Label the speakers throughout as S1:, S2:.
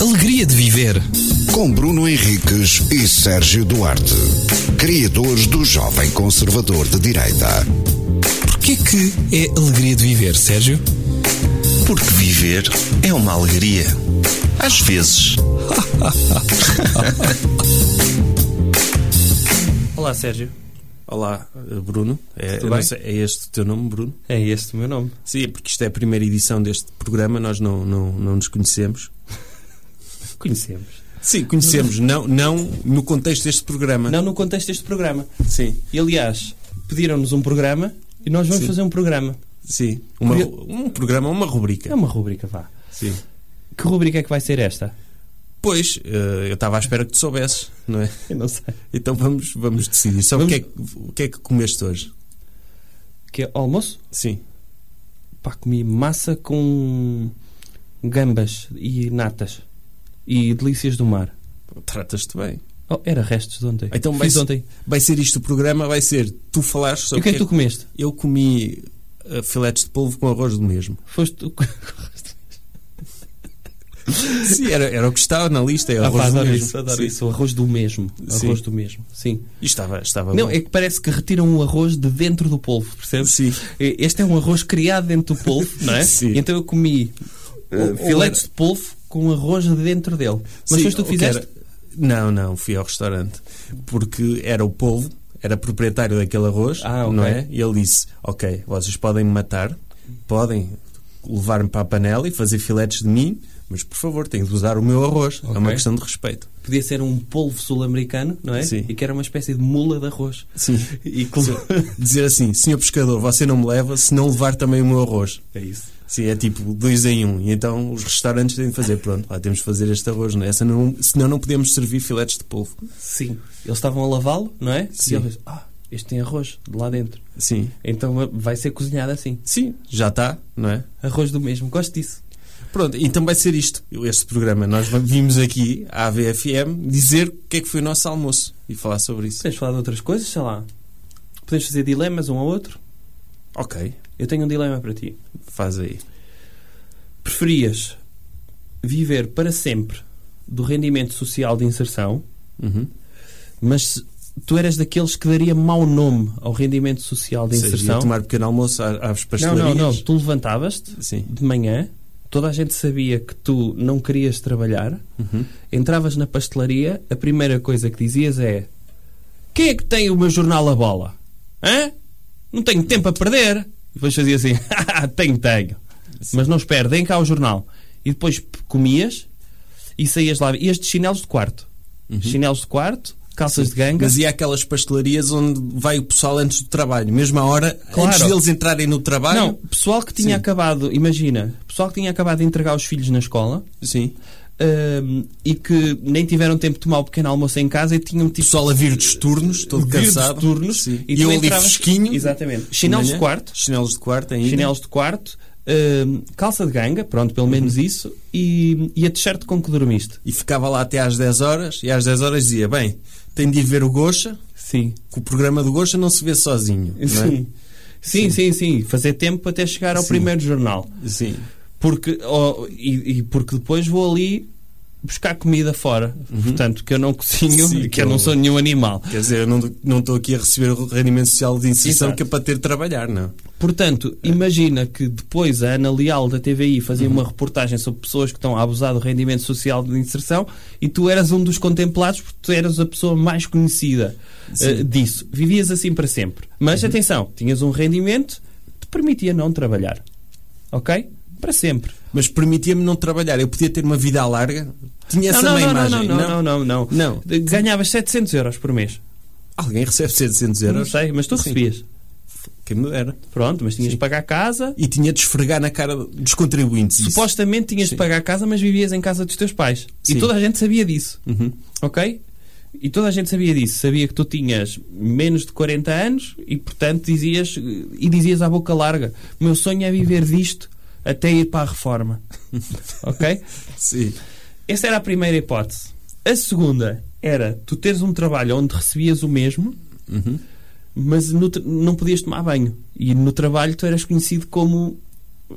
S1: Alegria de Viver.
S2: Com Bruno Henriques e Sérgio Duarte, criadores do Jovem Conservador de Direita.
S1: Porquê que é alegria de viver, Sérgio?
S3: Porque viver é uma alegria. Às vezes.
S4: Olá, Sérgio.
S5: Olá, eh, Bruno. É,
S4: Tudo
S5: eu
S4: bem?
S5: não sei- é este o teu nome, Bruno?
S4: É este o meu nome.
S5: Sim, porque isto é a primeira edição deste programa, nós não, não, não nos conhecemos.
S4: Conhecemos.
S5: Sim, conhecemos, não, não no contexto deste programa.
S4: Não no contexto deste programa.
S5: Sim,
S4: E, aliás, pediram-nos um programa e nós vamos
S5: Sim.
S4: fazer um programa.
S5: sim. Uma- um programa, uma
S4: É
S5: rubrica.
S4: uma rubrica, vá.
S5: Sim.
S4: Que rubrica é que vai ser esta?
S5: Pois, eh, eu estava à espera que tu soubesses, não é?
S4: Eu não sei.
S5: Então vamos, vamos decidir. Só
S4: Vamos-
S5: O, que é que, o que é que comeste hoje?
S4: Que é almoço?
S5: Sim.
S4: Pá, comi massa com gambas e natas e delícias do mar.
S5: Tratas-te bem.
S4: Oh, era restos de ontem.
S5: Então vai
S4: Fiz
S5: ser-
S4: ontem.
S5: Vai ser isto o programa, vai ser tu falares
S4: E
S5: sobre
S4: o que é que
S5: que
S4: tu comeste?
S5: Eu comi eh, filetes de polvo com arroz do mesmo.
S4: Foste tu...
S5: Sim, era, era o que estava na lista, é o
S4: Ah, pá,
S5: arroz do
S4: adoro
S5: mesmo.
S4: isso, adoro
S5: Sim.
S4: isso. O arroz do mesmo.
S5: Sim.
S4: Arroz do mesmo, sim.
S5: E estava, estava
S4: Não,
S5: bom.
S4: é que parece que retiram o arroz de dentro do polvo, percebes?
S5: Sim.
S4: E- Este é um arroz criado dentro do polvo, não é?
S5: Sim.
S4: E Então eu comi
S5: Eh,
S4: filetes de polvo com arroz de dentro dele. Mas
S5: Sim,
S4: foste tu
S5: o
S4: que
S5: que
S4: fizeste?
S5: era- Não, não, fui ao restaurante. Porque era o povo, era proprietário daquele arroz,
S4: Ah, ok.
S5: não é? E ele disse, ok, vocês podem me matar, podem levar-me para a panela e fazer filetes de mim, mas por favor, têm de usar o meu arroz. É uma
S4: Ok.
S5: questão de respeito.
S4: Podia ser um polvo sul-americano, não é?
S5: Sim.
S4: E que era uma espécie de mula de arroz.
S5: Sim.
S4: E que...
S5: Dizer assim, senhor pescador, você não me leva se não levar também o meu arroz.
S4: É isso.
S5: Sim, é tipo dois em um. E então os restaurantes têm de fazer, pronto, lá temos de fazer este arroz, não é? Essa não- Senão não podemos servir filetes de polvo.
S4: Sim. Eles estavam a lavá-lo, não é?
S5: Sim.
S4: E eles, ah, este tem arroz de lá dentro.
S5: Sim.
S4: Então ah, vai ser cozinhado assim.
S5: Sim, já está, não é?
S4: Arroz do mesmo. Gosto disso.
S5: Pronto, então vai ser isto, este programa. Nós vimos aqui à VFM dizer o que é que foi o nosso almoço e falar sobre isso.
S4: Podemos falar de outras coisas, sei lá. Podemos fazer dilemas um ao outro.
S5: Ok,
S4: Eu tenho um dilema para ti.
S5: faz aí.
S4: Preferias viver para sempre do rendimento social de inserção,
S5: Uhum.
S4: mas se- tu eras daqueles que daria mau nome ao rendimento social de
S5: Ou seja, ia
S4: inserção?
S5: tomar pequeno almoço à- às
S4: Não,
S5: pastelarias.
S4: não, não. Tu levantavas-te
S5: Sim.
S4: de manhã, toda a gente sabia que tu não querias trabalhar,
S5: Uhum.
S4: entravas na pastelaria, a primeira coisa que dizias é: Quem é que tem o meu jornal a bola? Hã? Não tenho tempo a perder. E depois fazia assim: "Ah, Tenho, tenho. Mas não espero, deem cá o jornal. E depois p- comias e saías lá. Ias de chinelos de quarto. Chinelos de quarto, calças de ganga.
S5: Uhum. Mas e há aquelas pastelarias onde vai o pessoal antes do trabalho, mesmo à hora,
S4: Claro.
S5: antes deles entrarem no trabalho?
S4: Não, pessoal que tinha
S5: Sim.
S4: acabado, imagina, pessoal que tinha acabado de entregar os filhos na escola.
S5: Sim.
S4: Ahm, e que nem tiveram tempo de tomar o pequeno almoço em casa e tinham
S5: O
S4: tipo
S5: pessoal a vir dos turnos, todo
S4: vir dos
S5: cansado.
S4: turnos
S5: Sim.
S4: e
S5: E
S4: tu
S5: eu ali
S4: entravas-
S5: fresquinho.
S4: Exatamente. Chinelos de
S5: Manhã.
S4: quarto.
S5: Chinelos de quarto ainda.
S4: chinelos de quarto, ahm, calça de ganga, pronto,
S5: Uhum.
S4: pelo menos isso, e, e a t-shirt com que dormiste.
S5: E ficava lá até às 10 horas. E às 10 horas dizia, bem, tenho de ir ver o Gocha,
S4: Sim.
S5: que o programa do Gocha não se vê sozinho. não é?
S4: Sim. Sim, sim, sim. Fazer tempo até chegar ao
S5: Sim.
S4: primeiro jornal.
S5: Sim.
S4: Porque, oh, e, e porque depois vou ali buscar comida fora. Portanto, que eu não cozinho,
S5: Uhum. Sim,
S4: que,
S5: que
S4: eu não
S5: eu-
S4: sou nenhum animal.
S5: Quer dizer, eu não- não estou aqui a receber o rendimento social de inserção
S4: Exato.
S5: que é para ter de trabalhar, não.
S4: Portanto, imagina que depois a Ana Leal da TVI fazia
S5: Uhum.
S4: uma reportagem sobre pessoas que estão a abusar do rendimento social de inserção e tu eras um dos contemplados porque tu eras a pessoa mais conhecida eh, disso. Vivias assim para sempre.
S5: Uhum.
S4: Mas atenção, tinhas um rendimento que te permitia não trabalhar. Ok? Para sempre.
S5: Mas permitia-me não trabalhar. Eu podia ter uma vida larga. Tinha essa
S4: não,
S5: má
S4: não, não,
S5: imagem.
S4: não, não, não, não,
S5: Não.
S4: Ganhavas 700 euros por mês.
S5: Alguém recebe 700
S4: Eu não
S5: euros?
S4: sei, mas tu
S5: Sim.
S4: recebias.
S5: Quem me dera.
S4: Pronto, mas tinhas de pagar a casa.
S5: E tinha de esfregar na cara dos contribuintes. isso.
S4: Supostamente tinhas de
S5: Sim.
S4: pagar a casa, mas vivias em casa dos teus pais. E
S5: Sim.
S4: toda a gente sabia disso.
S5: Uhum.
S4: Ok? E toda a gente sabia disso. Sabia que tu tinhas menos de 40 anos e, portanto, dizias e dizias à boca larga: meu sonho é viver disto até ir para a reforma. ok?
S5: Sim.
S4: Essa era a primeira hipótese. A segunda era tu teres um trabalho onde recebias o mesmo, mas no tra- não podias tomar banho. E no trabalho tu eras conhecido como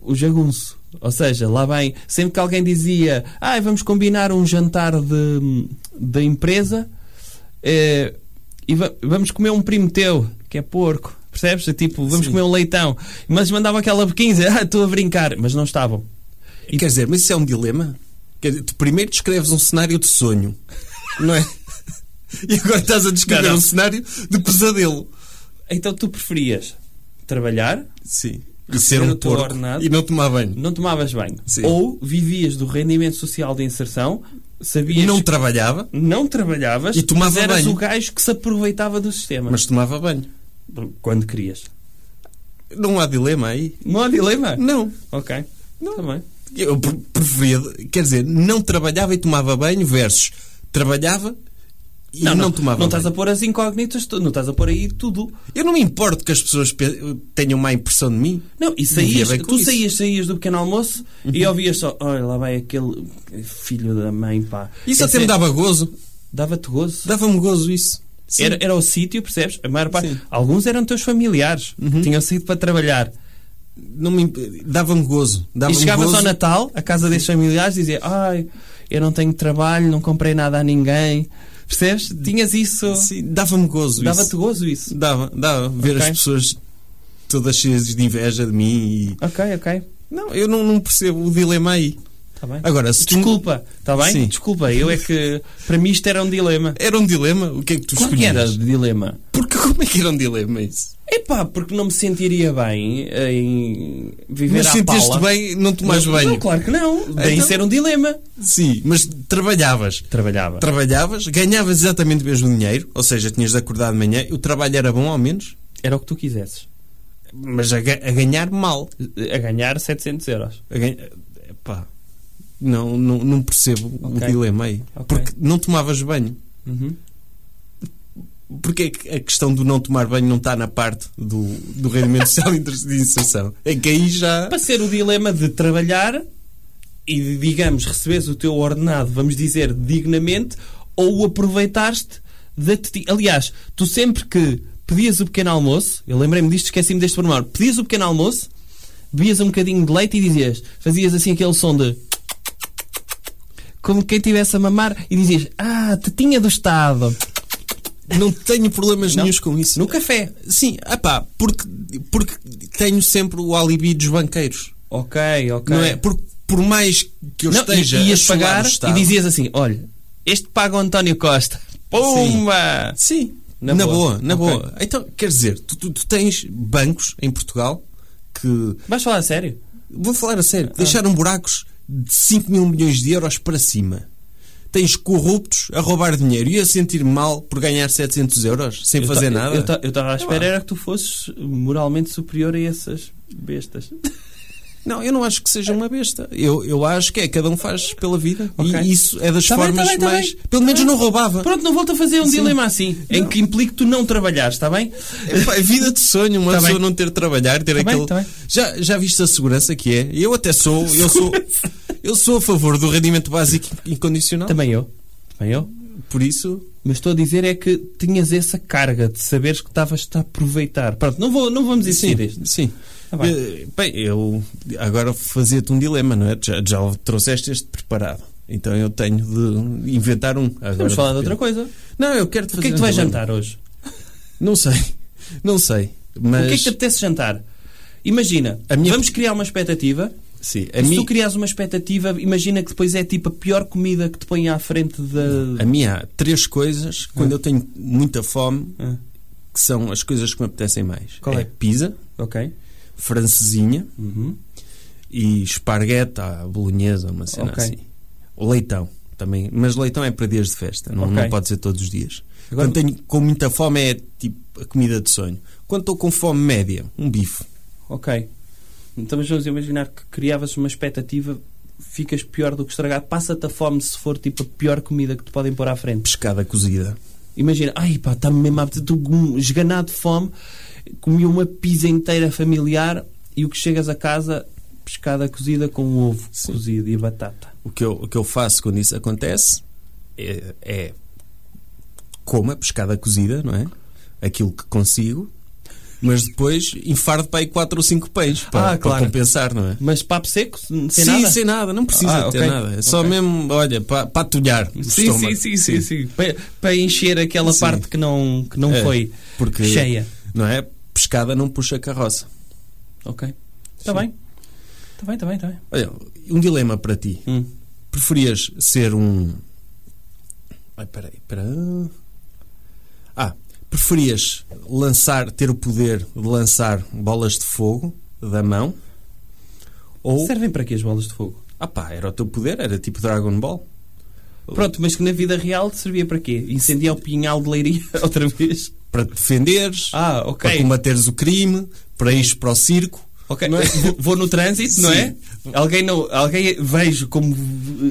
S4: o jagunço. Ou seja, lá bem, sempre que alguém dizia ah, vamos combinar um jantar de, de empresa eh, e va- vamos comer um primo teu, que é porco. Percebes? É Tipo, vamos comer um leitão. Mas mandava aquela bequinza, ah, estou a brincar. Mas não estavam.
S5: Quer dizer, mas isso é um dilema? Quer dizer, tu primeiro descreves um cenário de sonho, não é? E agora estás a descrever
S4: Não, não.
S5: um cenário de pesadelo.
S4: Então tu preferias trabalhar,
S5: Sim. E
S4: Receber
S5: ser um
S4: o teu
S5: porco
S4: ordenado.
S5: e não tomar banho.
S4: não tomavas banho.
S5: Sim.
S4: Ou vivias do rendimento social de inserção, sabias
S5: E não trabalhava,
S4: não trabalhavas,
S5: E tomava
S4: mas eras
S5: banho.
S4: o gajo que se aproveitava do sistema.
S5: mas tomava banho.
S4: quando querias.
S5: Não há dilema aí.
S4: Não há dilema?
S5: Não.
S4: Ok. Tá bem.
S5: Eu pre- preferia, quer dizer, não trabalhava e tomava banho versus trabalhava e não, tomava
S4: Não
S5: banho.
S4: estás a pôr as incógnitas, tu- não estás a pôr aí tudo.
S5: Eu não me importo que as pessoas pe- tenham má impressão de mim.
S4: Não, e
S5: Vivia
S4: saías,
S5: bem com
S4: tu
S5: isso. Uhum.
S4: saías, saías do pequeno almoço e ouvias só, olha lá vai aquele filho da mãe, pá. Esse
S5: Isso até me
S4: é-
S5: dava gozo.
S4: Dava-te gozo.
S5: Dava-me gozo isso. Sim.
S4: Era, era o sítio, percebes? A maior parte.
S5: Sim. Uhum.
S4: Alguns eram teus familiares, tinham saído para trabalhar.
S5: Não me imp- Dava-me gozo. Dava
S4: E chegavas
S5: gozo.
S4: ao Natal, à casa desses familiares, dizia: Ai, eu não tenho trabalho, não comprei nada a ninguém. Percebes? Tinhas isso.
S5: Sim, Dava-me gozo
S4: Dava-te
S5: isso.
S4: gozo isso.
S5: Dava, dava. Ver
S4: Ok.
S5: as pessoas todas cheias de inveja de mim e...
S4: Ok, ok.
S5: Não, eu não, não percebo o dilema aí.
S4: Está bem.
S5: Tá Agora, se tu-
S4: Desculpa, está bem?
S5: Sim.
S4: Desculpa, eu é que. Para mim isto era um dilema.
S5: Era um dilema? O que é que tu
S4: Qual que
S5: escolhias?
S4: era o dilema?
S5: Porque como é que era um dilema isso?
S4: Epá, porque não me sentiria bem eh, em viver
S5: Mas
S4: à
S5: sentiste
S4: pala.
S5: bem, não tomas
S4: Não,
S5: banho.
S4: Não, claro que não. Daí
S5: Então-
S4: ser um dilema.
S5: Sim, mas trabalhavas.
S4: Trabalhava.
S5: Trabalhavas, ganhavas exatamente o mesmo dinheiro, ou seja, tinhas de acordar de manhã, o trabalho era bom ao menos,
S4: Era o que tu quisesses.
S5: mas a, ga- a ganhar mal.
S4: A ganhar 700 euros.
S5: A gan- Epá, não, não, não percebo
S4: Ok.
S5: o dilema aí.
S4: Ok.
S5: Porque não tomavas banho.
S4: Uhum.
S5: Porque é que a questão do não tomar banho não está na parte do, do rendimento social e de inserção. É que aí já.
S4: Para ser o dilema de trabalhar e, de, digamos, receberes o teu ordenado, vamos dizer, dignamente, ou o aproveitaste da teti- Aliás, tu sempre que pedias o pequeno almoço, eu lembrei-me disto, esqueci-me deste pormenor, pedias o pequeno almoço, bebias um bocadinho de leite e dizias, fazias assim aquele som de... Como quem estivesse a mamar e dizias, ah, tetinha do Estado.
S5: Não tenho problemas
S4: Não?
S5: nenhums com isso.
S4: No café.
S5: Sim, epá, porque, porque tenho sempre o alibi dos banqueiros.
S4: Ok, ok.
S5: Não é? Porque por mais que eu
S4: Não,
S5: esteja
S4: e,
S5: a
S4: ias
S5: chular
S4: pagar
S5: o
S4: e
S5: Estado-
S4: dizias assim: olha, este paga o António Costa. Pumba!
S5: Sim,
S4: Na
S5: na,
S4: boa.
S5: boa. na
S4: Ok.
S5: boa. Então, quer dizer, tu, tu- tu tens bancos em Portugal que,
S4: Vais falar a sério?
S5: vou falar a sério, deixaram buracos de 5 mil milhões de euros para cima. Tens corruptos a roubar dinheiro e a sentir mal por ganhar 700 euros sem fazer
S4: ta-
S5: nada.
S4: eu ta- Eu estava à espera
S5: lá.
S4: era que tu fosses moralmente superior a essas bestas.
S5: Não, eu não acho que seja uma besta. Eu, eu acho que é, cada um faz pela vida.
S4: Ok.
S5: E isso é das
S4: Tá bem,
S5: formas
S4: tá bem, tá
S5: mais.
S4: bem.
S5: Pelo menos
S4: Tá bem.
S5: não roubava.
S4: Pronto, não volto a fazer um
S5: Sim.
S4: dilema assim, em que implique tu não trabalhares, está bem?
S5: Epá, é vida de sonho, uma
S4: Tá
S5: pessoa
S4: bem.
S5: não ter de trabalhar, ter
S4: Tá bem,
S5: aquele.
S4: tá bem.
S5: já, já viste a segurança que é? Eu até sou, eu sou, eu sou a favor do rendimento básico incondicional.
S4: Também eu. Também eu.
S5: Por isso,
S4: Mas estou a dizer é que tinhas essa carga de saberes que estavas-te a aproveitar. Pronto, não, vou, não vamos
S5: sim,
S4: insistir nisto.
S5: sim.
S4: Tá bem.
S5: Eh, Bem, eu agora fazia-te um dilema, não é? Já, já trouxeste este preparado. Então eu tenho de inventar um. Agora
S4: Vamos falar de outra
S5: repente.
S4: coisa.
S5: Não, eu quero te
S4: O
S5: fazer
S4: que é que
S5: um
S4: tu vais
S5: dilema.
S4: jantar hoje?
S5: Não sei, não sei. Mas
S4: O que é que te apetece jantar? Imagina,
S5: A minha-
S4: vamos criar uma expectativa.
S5: Sim, a,
S4: Se
S5: mi...
S4: é tu criares uma expectativa, imagina que depois é tipo a pior comida que te põem à frente
S5: a
S4: da.
S5: minha há três coisas quando eu tenho muita fome
S4: Ah.
S5: que são as coisas que me apetecem mais.
S4: Qual é?
S5: pizza,
S4: Ok.
S5: francesinha
S4: Uhum.
S5: e esparguete à bolonhesa, uma cena
S4: Ok.
S5: assim. O leitão também, mas leitão é para dias de festa, não,
S4: Ok.
S5: não pode ser todos os dias.
S4: Agora-
S5: Quando tenho com muita fome é tipo a comida de sonho. Quando estou com fome média, um bife.
S4: Ok. Então mas vamos imaginar que criavas uma expectativa, ficas pior do que estragado, passa-te a fome se for tipo a pior comida que te podem pôr à frente.
S5: Pescada cozida.
S4: Imagina, ai pá, está-me mesmo a apetecer, estou um- esganado de fome, comi uma pizza inteira familiar e o que chegas a casa, pescada cozida com ovo cozido e batata.
S5: O que eu, o que eu faço quando isso acontece é, é como a pescada cozida, não é? Aquilo que consigo. Mas depois infardo para aí 4 ou 5 pães para,
S4: Ah, claro.
S5: para compensar, não é?
S4: Mas papo seco? Sem
S5: sim,
S4: nada?
S5: sem nada, não precisa
S4: Ah,
S5: ter
S4: ok.
S5: nada. É só
S4: Ok.
S5: mesmo, olha, para, para atulhar o
S4: Sim, sim,
S5: estômago.
S4: sim, sim, sim. Para, para encher aquela
S5: Sim.
S4: parte que não, que não
S5: É,
S4: foi
S5: porque,
S4: cheia.
S5: Não é? Pescada não puxa carroça.
S4: Ok. Está
S5: Sim.
S4: bem. Está bem, está bem, está bem.
S5: Olha, um dilema para ti.
S4: Hum.
S5: Preferias ser um. Ai, peraí, peraí. Ah, preferias lançar, ter o poder de lançar bolas de fogo da mão? Ou.
S4: Servem para quê as bolas de fogo?
S5: Ah, pá, era o teu poder, era tipo Dragon Ball.
S4: Pronto, mas que na vida real te servia para quê? Incendiar o pinhal de leiria outra vez?
S5: Para te defenderes,
S4: Ah,
S5: para
S4: ok.
S5: combateres o crime, para ires para o circo.
S4: Ok,
S5: não é?
S4: Vou, vou no trânsito, não é? Alguém não, alguém vejo como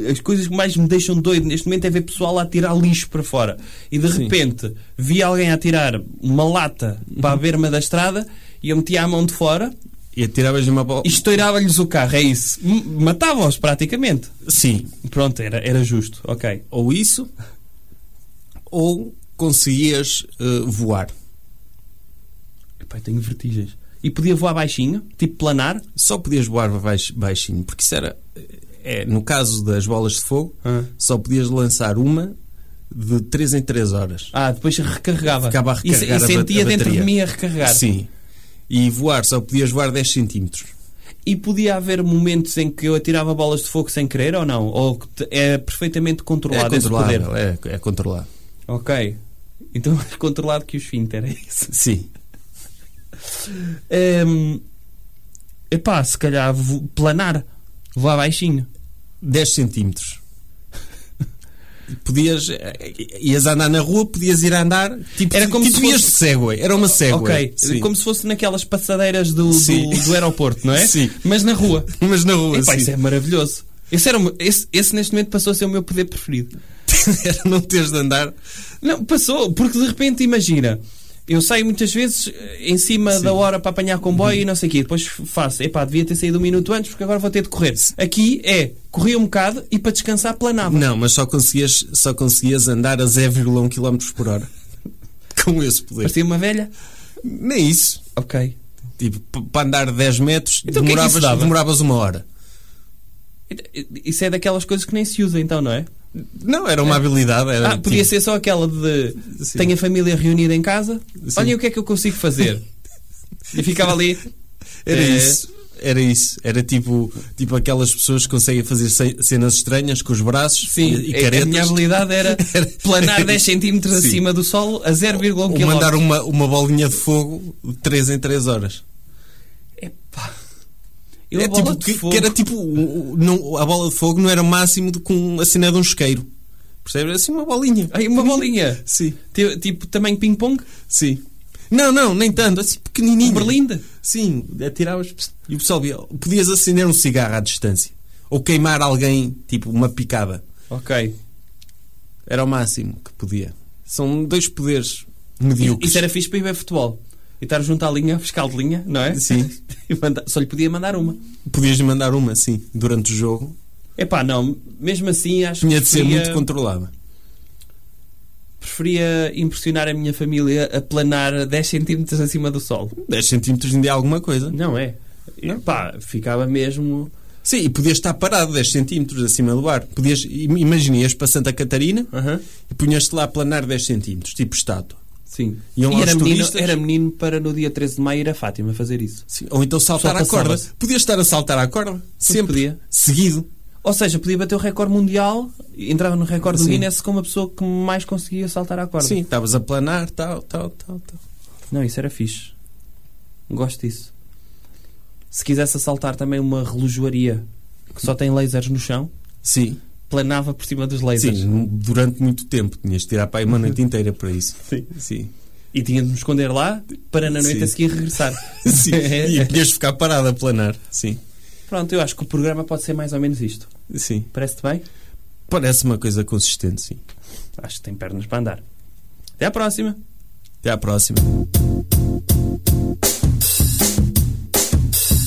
S4: as coisas que mais me deixam doido neste momento é ver pessoal a tirar lixo para fora. E de repente vi alguém a tirar uma lata
S5: Uhum.
S4: para a berma da estrada e eu metia a mão de fora
S5: E atiravas uma bola.
S4: e estourava-lhes o carro, é isso. M- Matava-os praticamente.
S5: Sim,
S4: Pronto, era, era justo, ok.
S5: ou isso, ou conseguias eh, voar.
S4: Epá, eu tenho vertigens. E podia voar baixinho, tipo planar.
S5: Só podias voar baix- baixinho, porque isso era. É, no caso das bolas de fogo,
S4: Ah.
S5: só podias lançar uma de 3 em 3 horas.
S4: Ah, depois recarregava.
S5: Ficava a
S4: E se-
S5: recarregar
S4: e,
S5: a
S4: sentia
S5: ba- a
S4: dentro de
S5: bateria.
S4: mim a recarregar.
S5: Sim. E voar, só podias voar 10 centímetros.
S4: E podia haver momentos em que eu atirava bolas de fogo sem querer ou não? Ou que te- é perfeitamente controlado, esse poder?
S5: é, é controlado.
S4: Ok. Então mais controlado que o esfíncter, é isso?
S5: Sim.
S4: Hum, epá, se calhar vo- planar. Voar baixinho.
S5: 10 centímetros. Podias. eh, Ias andar na rua, podias ir a andar. Tipo,
S4: Era como
S5: tipo
S4: se
S5: ias
S4: fosse-
S5: de Segway. Era uma Segway.
S4: ok.
S5: É Sim.
S4: Como se fosse naquelas passadeiras do,
S5: Sim.
S4: do, do aeroporto, não é?
S5: Sim.
S4: Mas na rua.
S5: Mas na rua.
S4: Epá,
S5: sim.
S4: isso é maravilhoso. Esse, era o meu- esse, esse neste momento passou a ser o meu poder preferido.
S5: Era não teres de andar.
S4: Não, passou, porque de repente, imagina, eu saio muitas vezes eh, em cima da hora para apanhar comboio
S5: Uhum.
S4: e não sei o quê, depois faço, epá, devia ter saído um minuto antes porque agora vou ter de correr. Aqui é, corria um bocado e para descansar planava.
S5: Não, mas só conseguias, só conseguias andar a 0,1 km por hora. Com esse poder.
S4: Parecia uma velha?
S5: Nem isso.
S4: Ok.
S5: Tipo, p- para andar 10 metros,
S4: Então o que é que
S5: demoravas,
S4: isso dava?
S5: demoravas uma hora.
S4: Isso é daquelas coisas que nem se usa então, não é?
S5: Não, era uma habilidade. Era,
S4: Ah, podia
S5: tipo,
S4: ser só aquela de
S5: Sim.
S4: tenho a família reunida em casa,
S5: Sim.
S4: olhem o que é que eu consigo fazer. e ficava ali.
S5: Era
S4: eh,
S5: isso. Era isso. Era tipo, tipo aquelas pessoas que conseguem fazer ce- cenas estranhas com os braços
S4: Sim, é,
S5: e, e
S4: a-
S5: caretas.
S4: a minha habilidade era planar 10 centímetros
S5: Sim.
S4: acima do solo a 0,1
S5: Ou
S4: km.
S5: mandar uma, uma bolinha de fogo de 3 em 3 horas.
S4: Epá. Eu a
S5: é
S4: bola
S5: tipo,
S4: de
S5: que,
S4: fogo-
S5: que era tipo. o- o- não- a bola de fogo não era o máximo do que um- a cena de um isqueiro. Percebes? Era Assim, uma bolinha.
S4: Ai, uma bolinha.
S5: Sim,
S4: Ti- Tipo, tamanho ping-pong.
S5: sim. Não, não, nem tanto. Assim, pequenininho.
S4: Um berlinde.
S5: Sim, atiravas pss, e o pessoal via. Podias acender um cigarro à distância. Ou queimar alguém, tipo, uma picada.
S4: Ok.
S5: Era o máximo que podia. São dois poderes
S4: Isso,
S5: medíocres.
S4: isso era fixe para ir ver futebol. E estar junto à linha, fiscal de linha, não é?
S5: Sim.
S4: E manda- Só lhe podia mandar uma.
S5: Podias mandar uma, sim, durante o jogo.
S4: Epá, não. Mesmo assim, acho
S5: Tinha
S4: que
S5: de ser
S4: preferia,
S5: muito controlada.
S4: preferia impressionar a minha família a planar 10 centímetros acima do solo.
S5: 10 centímetros ainda é alguma coisa.
S4: Não é? Epá, ficava mesmo...
S5: Sim, e podias estar parado 10 centímetros acima do ar. Podias, im- imagina, ias para Santa Catarina
S4: Aham.
S5: e punhas-te lá a planar 10 centímetros, tipo estátua.
S4: Sim. E
S5: Iam lá
S4: era
S5: os
S4: menino,
S5: turistas?
S4: era menino para no dia 13 de maio ir a Fátima fazer isso.
S5: Sim, Ou então saltar à corda.
S4: passava-se.
S5: Podias estar a saltar à corda. Sempre.
S4: podia.
S5: Seguido.
S4: Ou seja, podia bater o recorde mundial, entrava no recorde do
S5: Sim.
S4: Guinness como a pessoa que mais conseguia saltar à corda.
S5: Sim, estavas a planar, tal, tal, tal, tal.
S4: Não, isso era fixe. Gosto disso. Se quisesse assaltar também uma relojoaria que só tem lasers no chão,
S5: Sim.
S4: planava por cima dos lasers.
S5: Sim, num- durante muito tempo. Tinhas de tirar para aí uma noite inteira para isso.
S4: Uhum. Sim.
S5: Sim.
S4: E tinha de me esconder lá para na noite
S5: Sim.
S4: a seguir regressar.
S5: Sim.
S4: É,
S5: E
S4: é.
S5: podias ficar parado a planar. Sim.
S4: Pronto, eu acho que o programa pode ser mais ou menos isto.
S5: Sim.
S4: Parece-te bem?
S5: Parece uma coisa consistente, sim.
S4: Acho que tem pernas para andar. Até à próxima!
S5: Até à próxima.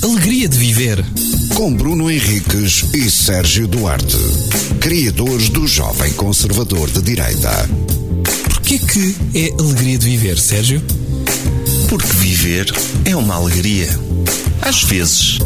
S1: Alegria de viver.
S2: Com Bruno Henriques e Sérgio Duarte, criadores do Jovem Conservador de Direita.
S1: Porquê que é alegria de viver, Sérgio?
S3: Porque viver é uma alegria. Às vezes.